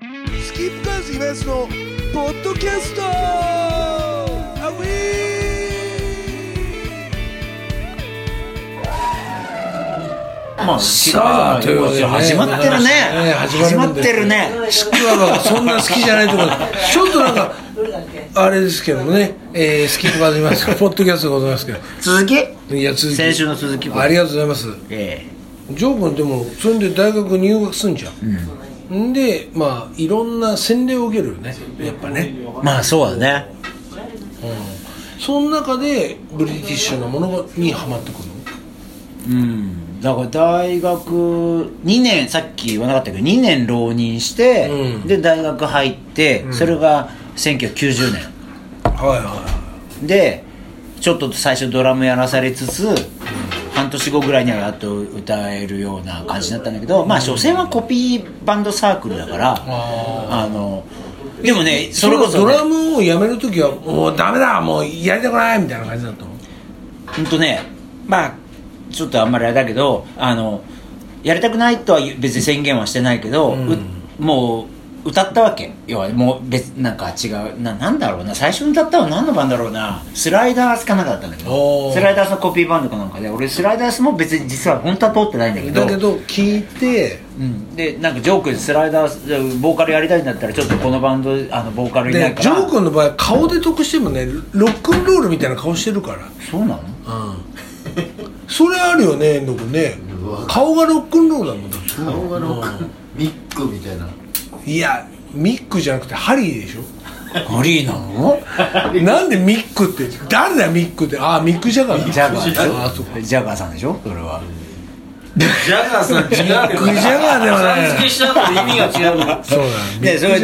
キープカーズイベントのポッドキャストアウまあ、さあということで始まってるねえー始まるんっでてるねちくわがそんな好きじゃないところちょっとなんかあれですけどね、えー、スキップがあ りますポッドキャストがございますけど続きいや続き先週の続きありがとうございますえジョー君でもそれで大学入学すんじゃん、ん、でまあいろんな洗礼を受けるよねやっぱねえまあそうだねその中でブリティッシュなものにはまってくるのうんだから大学2年さっき言わなかったけど2年浪人して、うんで大学入って、それが1990年はいはでちょっと最初ドラムやらされつつ半年後ぐらいにはやっと歌えるような感じだったんだけどまあ所詮はコピーバンドサークルだからあのでもねいそれこそドねラムをやめるときはもうダメだもうやりたくないみたいな感じだったのほんとねまあちょっとあんまりあれだけどあのやりたくないとは別に宣言はしてないけど、うんうもう歌ったわけ要はもう別なんか違うななんだろうな最初に歌ったのは何のバンドだろうなスライダースかなんかだったんだけおどースライダースのコピーバンドかなんかで俺スライダースも別に実は本当は通ってないんだけどだけど聞いてうん、でなんかジョー君スライダースでボーカルやりたいんだったらちょっとこのバンドあのボーカルいないでからジョー君の場合顔で得してもねロックンロールみたいな顔してるからそうなのうんそれあるよね遠藤君ね顔がロックンロールだもんだって顔がロックミックみたいないやミックじゃなくてハリーでしょハリーなの なんでミックって誰だよミックってああミック・ジャガーだジャガーでしあーそうょジャガーさんでしょそれはジャガーさん違うよミック・ジャガーではない付けしたのと意味が違うのそうだよミッでクそれジャガー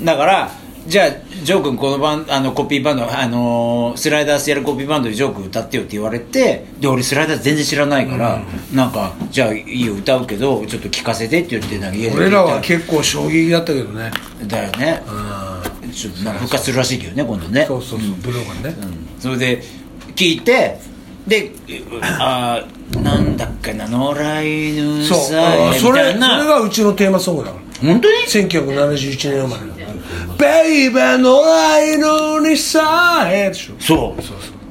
でだからじゃあジョー君このバンあのコピーバンド、あのースライダースやるコピーバンドでジョー君歌ってよって言われてで俺スライダース全然知らないから、なんかじゃあいいよ歌うけどちょっと聴かせてって言ってなんか家で聞いた俺らは結構衝撃だったけどねだよねうんちょっとなんか復活するらしいけどね今度ねそうそうそう武道館ねうんそれで聞いてでうあーなんだっけな「野良犬そうさあえ」ーみそたれいそれながうちのテーマソングだから本当に1971年生まれだベイベーの愛のにさえでしょそ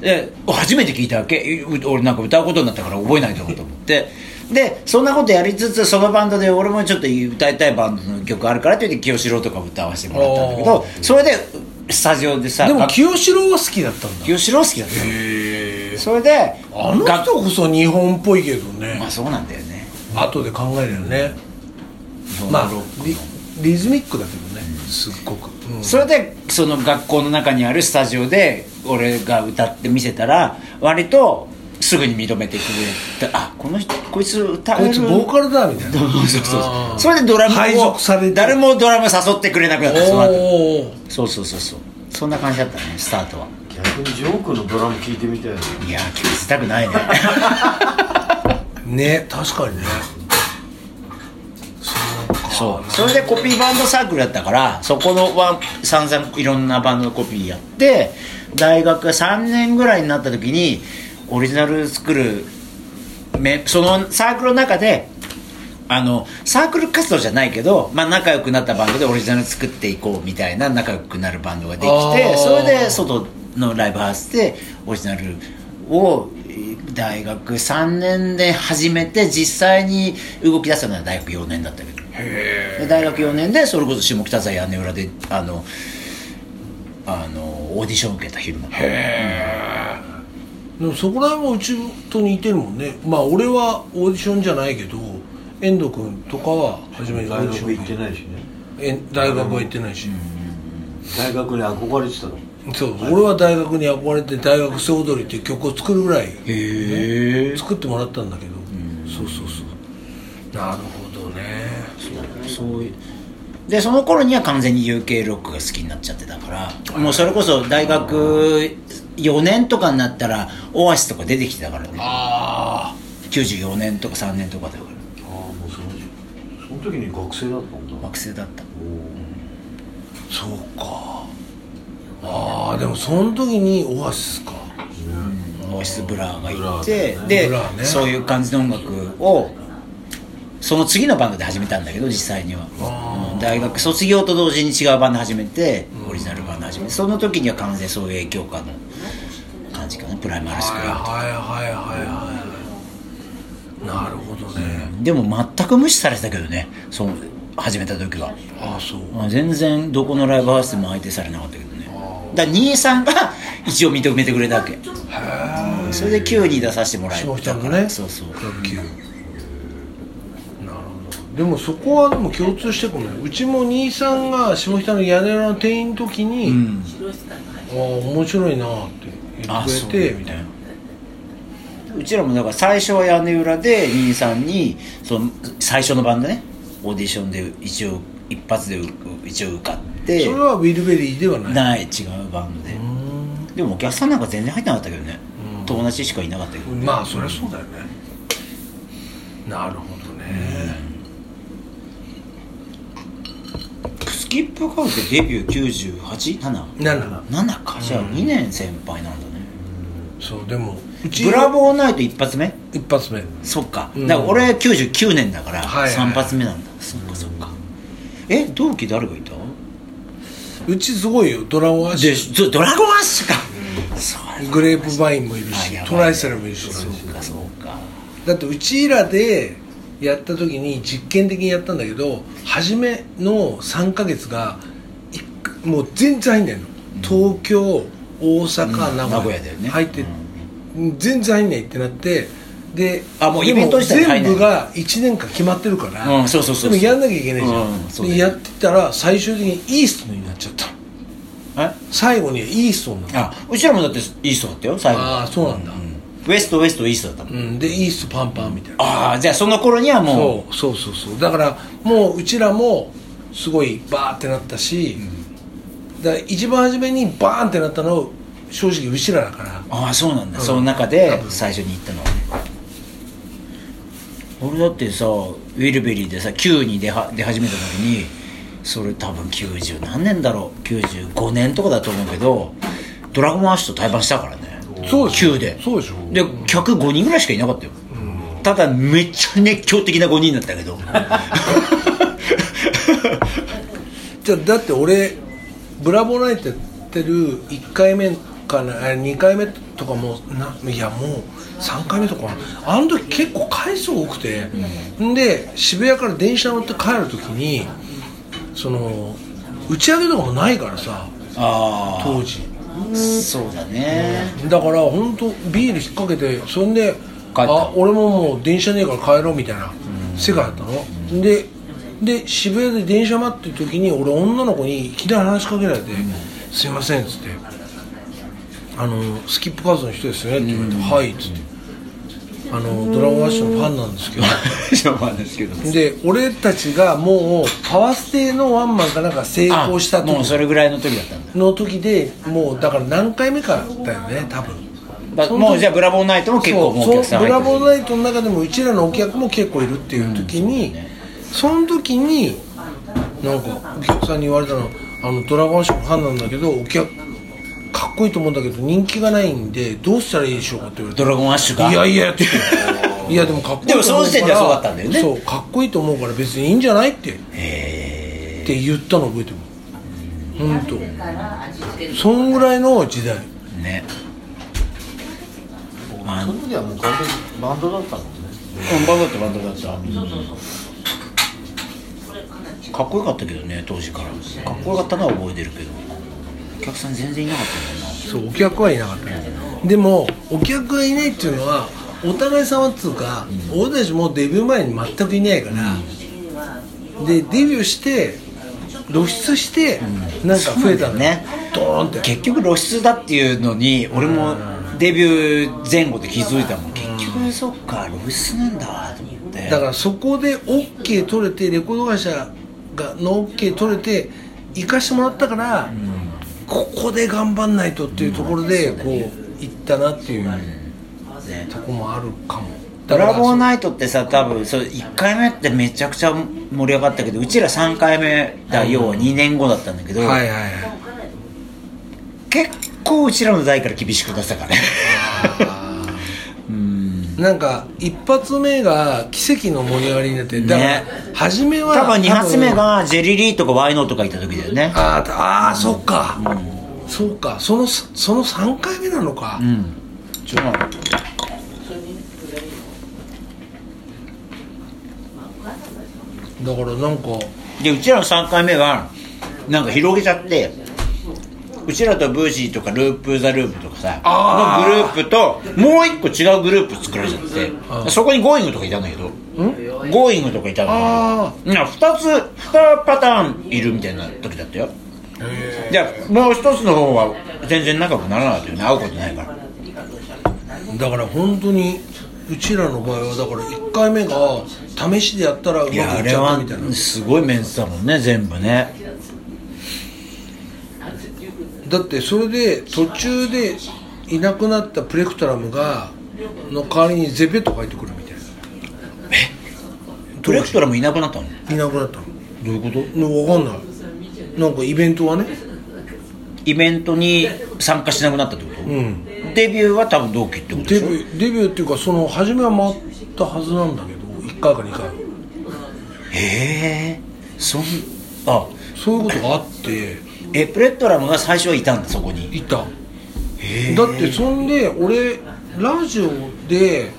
うで初めて聞いたわけう俺なんか歌うことになったから覚えないとと思ってでそんなことやりつつそのバンドで俺もちょっと歌いたいバンドの曲あるからって言って清志郎とか歌わせてもらったんだけおどそれでスタジオでさでも楽清志郎は好きだったんだ清志郎好きだったのそれであの楽人こそ日本っぽいけどまあねそうなんだよね後で考えるよねままああリリズミックだけどねすっごくうんそれでその学校の中にあるスタジオで俺が歌って見せたら割とすぐに認めてくれたあこの人こいつ歌こえいるつボーカルだみたい なそうそうそうあーそれでドラム配を属されて誰もドラム誘ってくれなくなったその後おーそうそうそうそうそんな感じだったねスタートは逆にジョークのドラム聞いてみたいないやー聞きたくない ね ね確かにねそうそれでコピーバンドサークルだったからそこのは散々いろんなバンドのコピーやって大学3年ぐらいになった時にオリジナル作るめそのサークルの中であのサークル活動じゃないけど、まあ、仲良くなったバンドでオリジナル作っていこうみたいな仲良くなるバンドができあーてそれで外のライブハウスでオリジナルをえー大学3年で始めて実際に動き出したのは大学4年だったけどで大学4年でそれこそ下北沢屋根裏であのあのオーディション受けた昼間でもそこら辺もうちと似てるもんねまあ俺はオーディションじゃないけど遠藤君とかは初めにオー大ディシ学行っョてンないしねえ大学は行ってないし、大学に憧れてたのそう俺は大学に憧れて大学総踊りっていう曲を作るぐらいへえ作ってもらったんだけど、そうそうそうなるほどねそういうでその頃には完全に UK ロックが好きになっちゃってたからもうそれこそ大学4年とかになったらオアシスとか出てきてたからねあ94年とか3年とかだかああもうその時その時に学生だったんらだ学生だったあそうかああでもその時にオアシスかオアシスブラーがいブてラーでブラーねそういう感じの音楽をその次のバンドで始めたんだけど実際にはあうーん大学卒業と同時に違うバンド始めてオリジナルバンド始めてその時には完全にそういう影響下の感じかなプライマルスクはいラブとかはいはいはいはいなるほどねでも全く無視されてたけどねそう始めた時はああそうまあ全然どこのライブハウスでも相手されなかったけどねだから兄さんが 一応認めてくれたわけそれで Q に出させてもらえ下た北かのら、ねそうそう学級なるほどでもそこはでも共通してくるねうちも兄さんが下北の屋根裏の店員の時に、うんああ面白いなーって言あってそうくれてみたいなうちらもだから最初は屋根裏で兄さんにその最初のバンドねオーディションで一応一発でう一応受かってそれはウィルベリーではないない違うバンドでうーんでもお客さんなんか全然入ってなかったけどねうん友達しかいなかったけどまあそりゃそうだよねなるほどねスキップカウってデビュー 98?7? 7 7かじゃあ2年先輩なんだねそうでもうちブラボーナイト一発目一発目そっかうんだから俺99年だからはいはい3発目なんだそっかそっかえ同期誰がいたうちすごいよドラゴンアッシでュドドラゴンアッシュかそうグレープバインもいるあしやばいトライセルもいるしそうかそうかだってうちらでやった時に実験的にやったんだけど初めの3ヶ月が一回もう全然入んないの、東京大阪、うん名古屋名古屋だよね入って、全然入んないってなってであもうでイベント自体入んない全部が1年間決まってるから、うんそうそうそうそうでもやんなきゃいけないじゃん、うんそうだでよやってたら最終的にイーストになっちゃったえ最後にイーストになったあうちらもだってイーストだったよ最後ああそうなんだ、ウエストウエストイーストだったもんうん、でイーストパンパンみたいなああじゃあその頃にはもうそうそうそうそうだからもううちらもすごいバーってなったし、だから一番初めにバーンってなったの正直うちらだからああそうなんだ、うんその中多で分最初に行ったのはね俺だってさウィルベリーでさ9に出は出始めた時にそれ多分90何年だろう95年とかだと思うけどドラゴンアッシュと対バンしたからねそうでしょ9でそうでしょで客5人ぐらいしかいなかったよ、ただめっちゃ熱狂的な5人だったけどじゃあだって俺ブラボーナイトやってる1回目かな2回目とかもないやもう3回目とかあの時結構回数多くて、ん、で渋谷から電車乗って帰る時にその打ち上げとかもないからさ あ当時あそうだね、だから本当ビール引っ掛けてそんで帰ったあ俺ももう電車ねえから帰ろうみたいな世界だったの、でで渋谷で電車待ってる時に俺女の子にいきなり話しかけられて「すいません」っつって「あのスキップカーズの人ですよね」って言われて「はい」っつって「あのドラゴンアッシュのファンなんですけど」 しょうがないですけどで俺たちがもうパワーステのワンマンかなんか成功したあもう時それぐらいの時だったんだの時でもうだから何回目かだよね多分だその時もうじゃあブラボーナイトも結構もうおそう客さそんうブ入っラてボるーナイトの中でもうちらのお客も結構いるっていう時に、その時になんかお客さんに言われたの「あのドラゴンショーのファンなんだけどお客かっこいいと思うんだけど人気がないんでどうしたらいいでしょうか」って言われてドラゴンアッシュいがやいやっていやでもかっこいでいと思うからもその時点ではそうだったんだよねそうかっこいいと思うから別にいいんじゃないってへって言ったの覚えてる本当そんぐらいの時代えねまあその時はもう完全にバンドだったもんねうんバンドだったバンドだったかっこよかったけどね当時からかっこよかったのは覚えてるけどお客さん全然いなかったそうお客はいなかったねでもお客がいないっていうのはお互い様っつうか、俺たちもうデビュー前に全くいないから、でデビューして露出して、なんか増えたそうなんのだよねドーンっもんなて結局露出だっていうのに俺もデビュー前後で気づいたもん結局そっか露出なんだと思ってだからそこで OK 取れてレコード会社がの OK 取れて行かしてもらったから、ここで頑張んないとっていうところでこう行ったなっていうねとこもあるかもドラゴンイナイトってさ多分そう1回目ってめちゃくちゃ盛り上がったけどうちら3回目だ要は2年後だったんだけど、トはいはいはい結構うちらの代から厳しく出したからねうんなんか一発目が奇跡の盛り上がりになってだからね初めは多分2発目がジェリリーとかワイノとかいた時だよねあーあーそっか、そうかそのその3回目なのか、うんちょっと待ってだからなんかでうちらの3回目はなんか広げちゃってうちらとブーシーとかループ・ザ・ループとかさあのーグループともう一個違うグループ作られちゃってうんそこに Going とかいたんだけど Going とかいたんだあけどいや2つ2パターンいるみたいな時だったよじゃあもう一つの方は全然仲良くならなかったよね会うことないからだから本当にうちらの場合はだから1回目が試しでやったらうまくいいっやあちれゃっはたみたいなすごいメンツだもんね全部ねだってそれで途中でいなくなったプレクトラムがの代わりにゼベット書いてくるみたいなプレクトラもいなくなったのいなくなったどういうことのの分かんないなんかイベントはねイベントに参加しなくなったってこと、うんデビューは多分同期ってことデでしビょューデビューっていうかその初めは回ったはずなんだけど1回か2回へえそんあそういうことがあってえプレットラムが最初はいたんだそこにいただってそんで俺ラジオで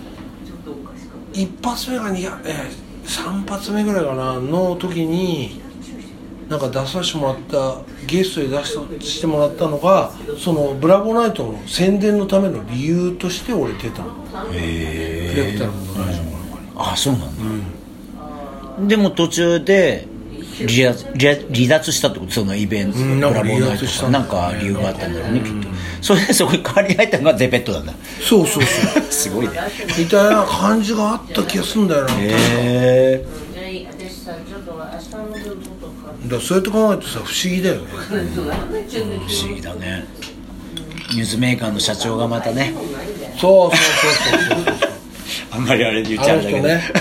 1発目が2発え3発目ぐらいかなの時になんか出させてもらったゲストで出させてもらったのがその「ブラボーナイト」の宣伝のための理由として俺出たのへプレクタルのラジオの中にあそうなんだ、でも途中で離脱離脱離脱したってことそのイベントうんなんかブラボーナイ離トと脱しかたんだなんか理由があったんだろうねきっとそれでそこに代わりに入ったのがゼペットなんだそうそうそう すごいねみたいな感じがあった気がすんだよな、へえだからそうやって考えるとさ不思議だよね不思議だねニュースメーカーの社長がまたねそうそうそうそうそうあんまりあれで言っちゃうんだけどあの人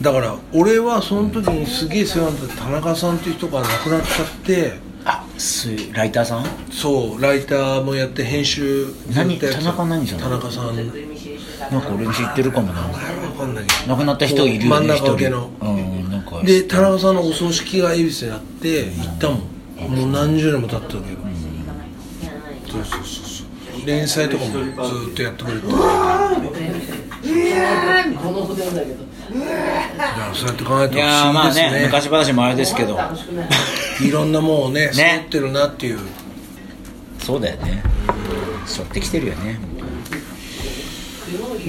だから俺はその時にすげえ世話になった田中さんっていう人が亡くなっちゃってあすライターさんそうライターもやって編集やったや何つ田中何さん田中さんなんか俺に知ってるかもな分かんないけど亡くなった人いるよ真ねん中一分け人のうんなんかで田中さんのお葬式が恵比寿にあって行ったもんもう何十年も経ったけど、そうそうそうそう連載とかもずーっとやってくれてだからそうやって考えいたらやー不まあ思議ですねね昔話もあれですけどいろんなもんをね背負ってるなっていう、そうだよね背負ってきてるよね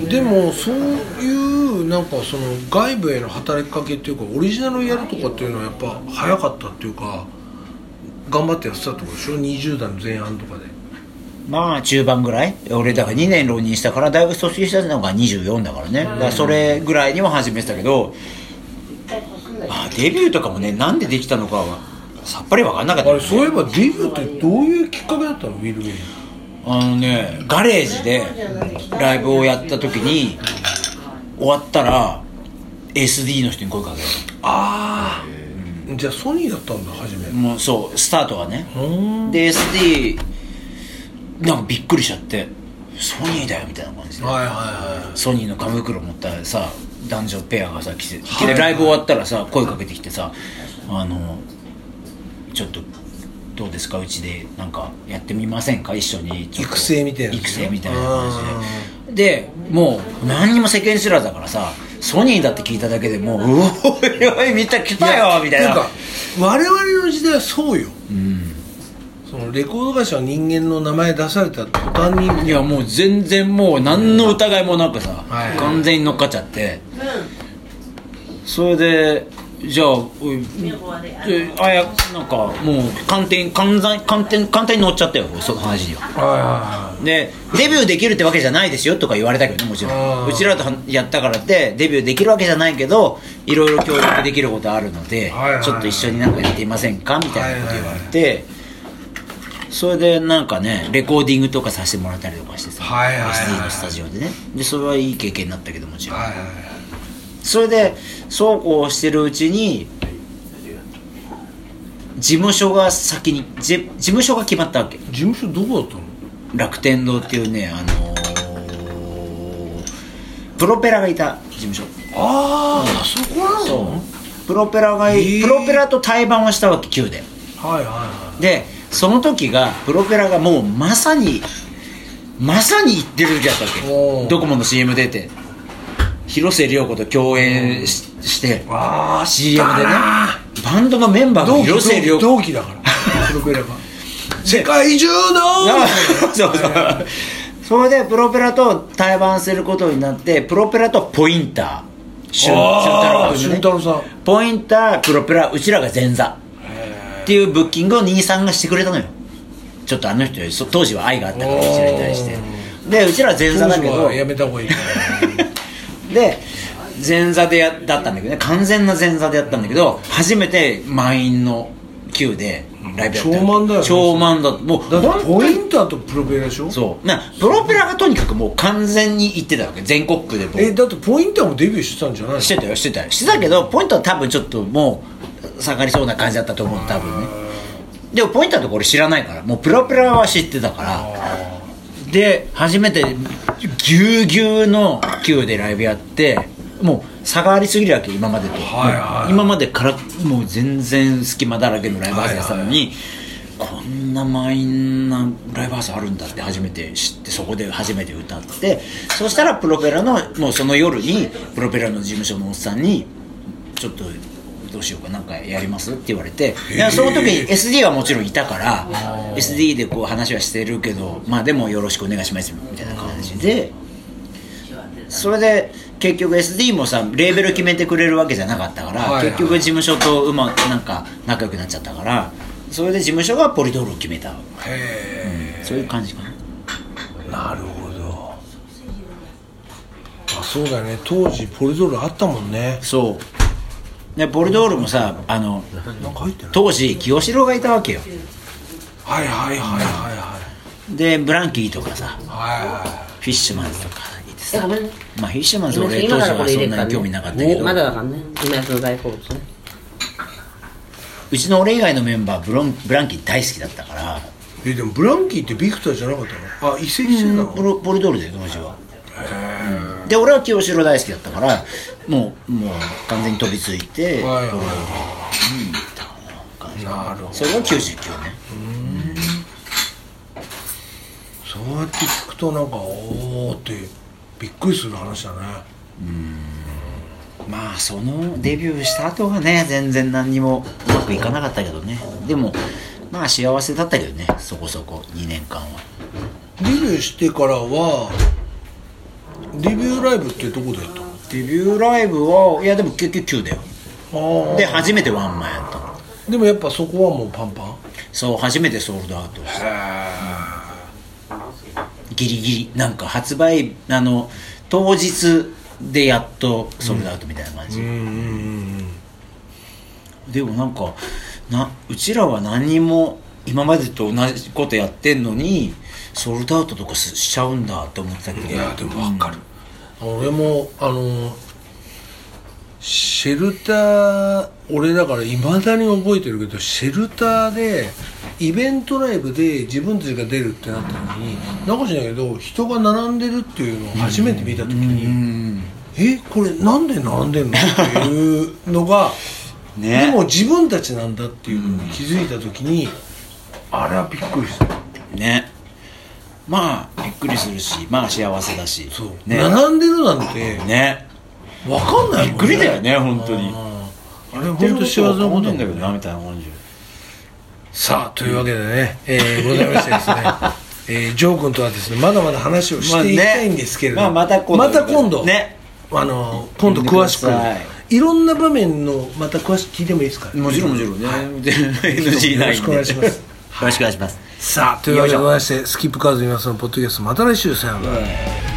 でもそういうなんかその外部への働きかけっていうかオリジナルをやるとかっていうのはやっぱ早かったっていうか頑張ってやってたってことでしょ20代の前半とかでまあ中盤ぐらい俺だから2年浪人したから大学卒業したのが24だからねだからそれぐらいには始めてたけどあデビューとかもねなんでできたのかはさっぱり分かんなかったあれそういえばデビューってどういうきっかけだったのウィル・ウィルあのねガレージでライブをやった時に終わったら SD の人に声かけられああじゃあソニーだったんだ初めたもうそうスタートはねうんで SD なんかびっくりしちゃってソニーだよみたいな感じではいはいはソニーの紙袋持ったさ男女ペアがさ来てはいでライブ終わったらさ声かけてきてさ「あのちょっとどうですかうちでなんかやってみませんか一緒にちょっと育成みたいな育成みたいな感じででもう何にも世間知らずだからさソニーだって聞いただけでもう「うおいおい見た来たよ」みたいななんか我々の時代はそうよ、そのレコード会社は人間の名前出された途端にいやもう全然もう何の疑いもなくさ、はい完全に乗っかっちゃって、それでじゃあおいえあやなんかもう簡単簡単簡単簡単に乗っちゃったよその話にははでデビューできるってわけじゃないですよとか言われたけどねもちろあんーうちらとやったからってデビューできるわけじゃないけどいろいろ協力できることあるので、はいはいはいちょっと一緒になんかやってみませんかみたいなこと言われて、それでなんかねレコーディングとかさせてもらったりとかしてさ、はいはいはい SD のスタジオでねでそれはいい経験になったけどもちろん、はいはいそれでそうこうしてるうちに事務所が先にじ事務所が決まったわけ事務所どこだったの楽天堂っていうねあのープロペラがいた事務所ああそこなそうのプロペラがい、えープロペラと対バンをしたわけ9ではいはいはでその時がプロペラがもうまさにまさに言ってる時だったわおけードコモの CM 出て広末涼子と共演ししていわあ CM でねバンドのメンバーが同広末期涼同子同期だからプロペラが 世界中あの そうそうそうそれでプロペラと対バンすることになってプロペラとポインター俊あー俊太俊太郎郎君のねさポインタープロペラうちらが前座っていうブッキングを兄さんがしてくれたのよちょっとあの人そ当時は愛があったからうちらに対してでうちらは前座だけ当時どはやめた方がいいからで前座でやだったんだけどね完全な前座でやったんだけど初めて満員の Q でライブやったわけ超満だよね超満だもうだって本ポ当イにンターとプロペラでしょそうなプロペラがとにかくもう完全に行ってたわけ全国区でもえだってポインターもデビューしてたんじゃないのしてたよしてたよしてたけどポイントは多分ちょっともう下がりそうな感じだったと思う多分ねでもポイントのところ知らないからもうプロペラは知ってたからで初めてぎゅうぎゅうの Q でライブやってもう差がありすぎるわけ今までと、はいはいもう今までからもう全然隙間だらけのライブハウスやってたのに、こんな満員なライブハウスあるんだって初めて知ってそこで初めて歌ってそしたらプロペラのもうその夜にプロペラの事務所のおっさんに「ちょっとどうしようかなんかやります?」って言われていやその時に SD はもちろんいたから SD でこう話はしてるけどまあでもよろしくお願いしますみたいな感じで。それで結局 SD もさレーベル決めてくれるわけじゃなかったから、はいはい結局事務所とうまくなんか仲良くなっちゃったからそれで事務所がポリドールを決めたへそういう感じかなえなるほどあそうだよね当時ポリドールあったもんねそうでポリドールもさあのなんか入ってない当時清志郎がいたわけよはいはいはいはいはいでブランキーとかさはフィッシュマンズとかいてえさごめんねまあフィッシュマンズ今俺今当か時らこはれそ入れんるなからにね興味なかったけどまだだからね今やその大好物ねうちの俺以外のメンバーブロンブランキー大好きだったからいえでもブランキーってビクターじゃなかったのあ移籍してたのポルポルドールで当時はうんで俺は清志郎大好きだったからもうもう完全に飛びついてはいはいポルドールに行ったかな感じなるほどそれが99年そうやって聞くとなんかおおってびっくりする話だねまあそのデビューした後がね全然何にもうまくいかなかったけどねでもまあ幸せだったけどねそこそこ2年間はデビューしてからはデビューライブってどこでやったデビューライブはいやでも結局9だよので初めてワンマンやったのあでもやっぱそこはもうパンパンそう初めてソールドアウトギリギリなんか発売あの当日でやっとソールドアウトみたいな感じ、でもなんかなうちらは何も今までと同じことやってんのにソールドアウトとかしちゃうんだって思ってたけどいやでもわかる、俺もあのシェルター俺だからいまだに覚えてるけどシェルターでイベントライブで自分たちが出るってなった時になんかしないけど人が並んでるっていうのを初めて見た時に、えこれなんで並んでんのっていうのが、 ねでも自分たちなんだっていうのに気づいた時に、あれはびっくりしたねまあびっくりするしまあ幸せだしそう、ね並んでるなんてねわかんないびっもんくりだよね本当にあれ本当幸せなことななんんだだけけどどなみたいな感じさあというわけでね、えー、ございましてです ねえー、ジョー君とはですねまだまだ話をしていきたいんですけれども、まあねまあまた今度今度ねあのー今度詳し呼んでくださくいろんな場面のまた詳しく聞いてもいいですかもちろんもちろんね、NG よろしくお願いします よろしくお願いしますさあというわけでございましてスキップカード皆さんのポッドキャストまた来週さようならはい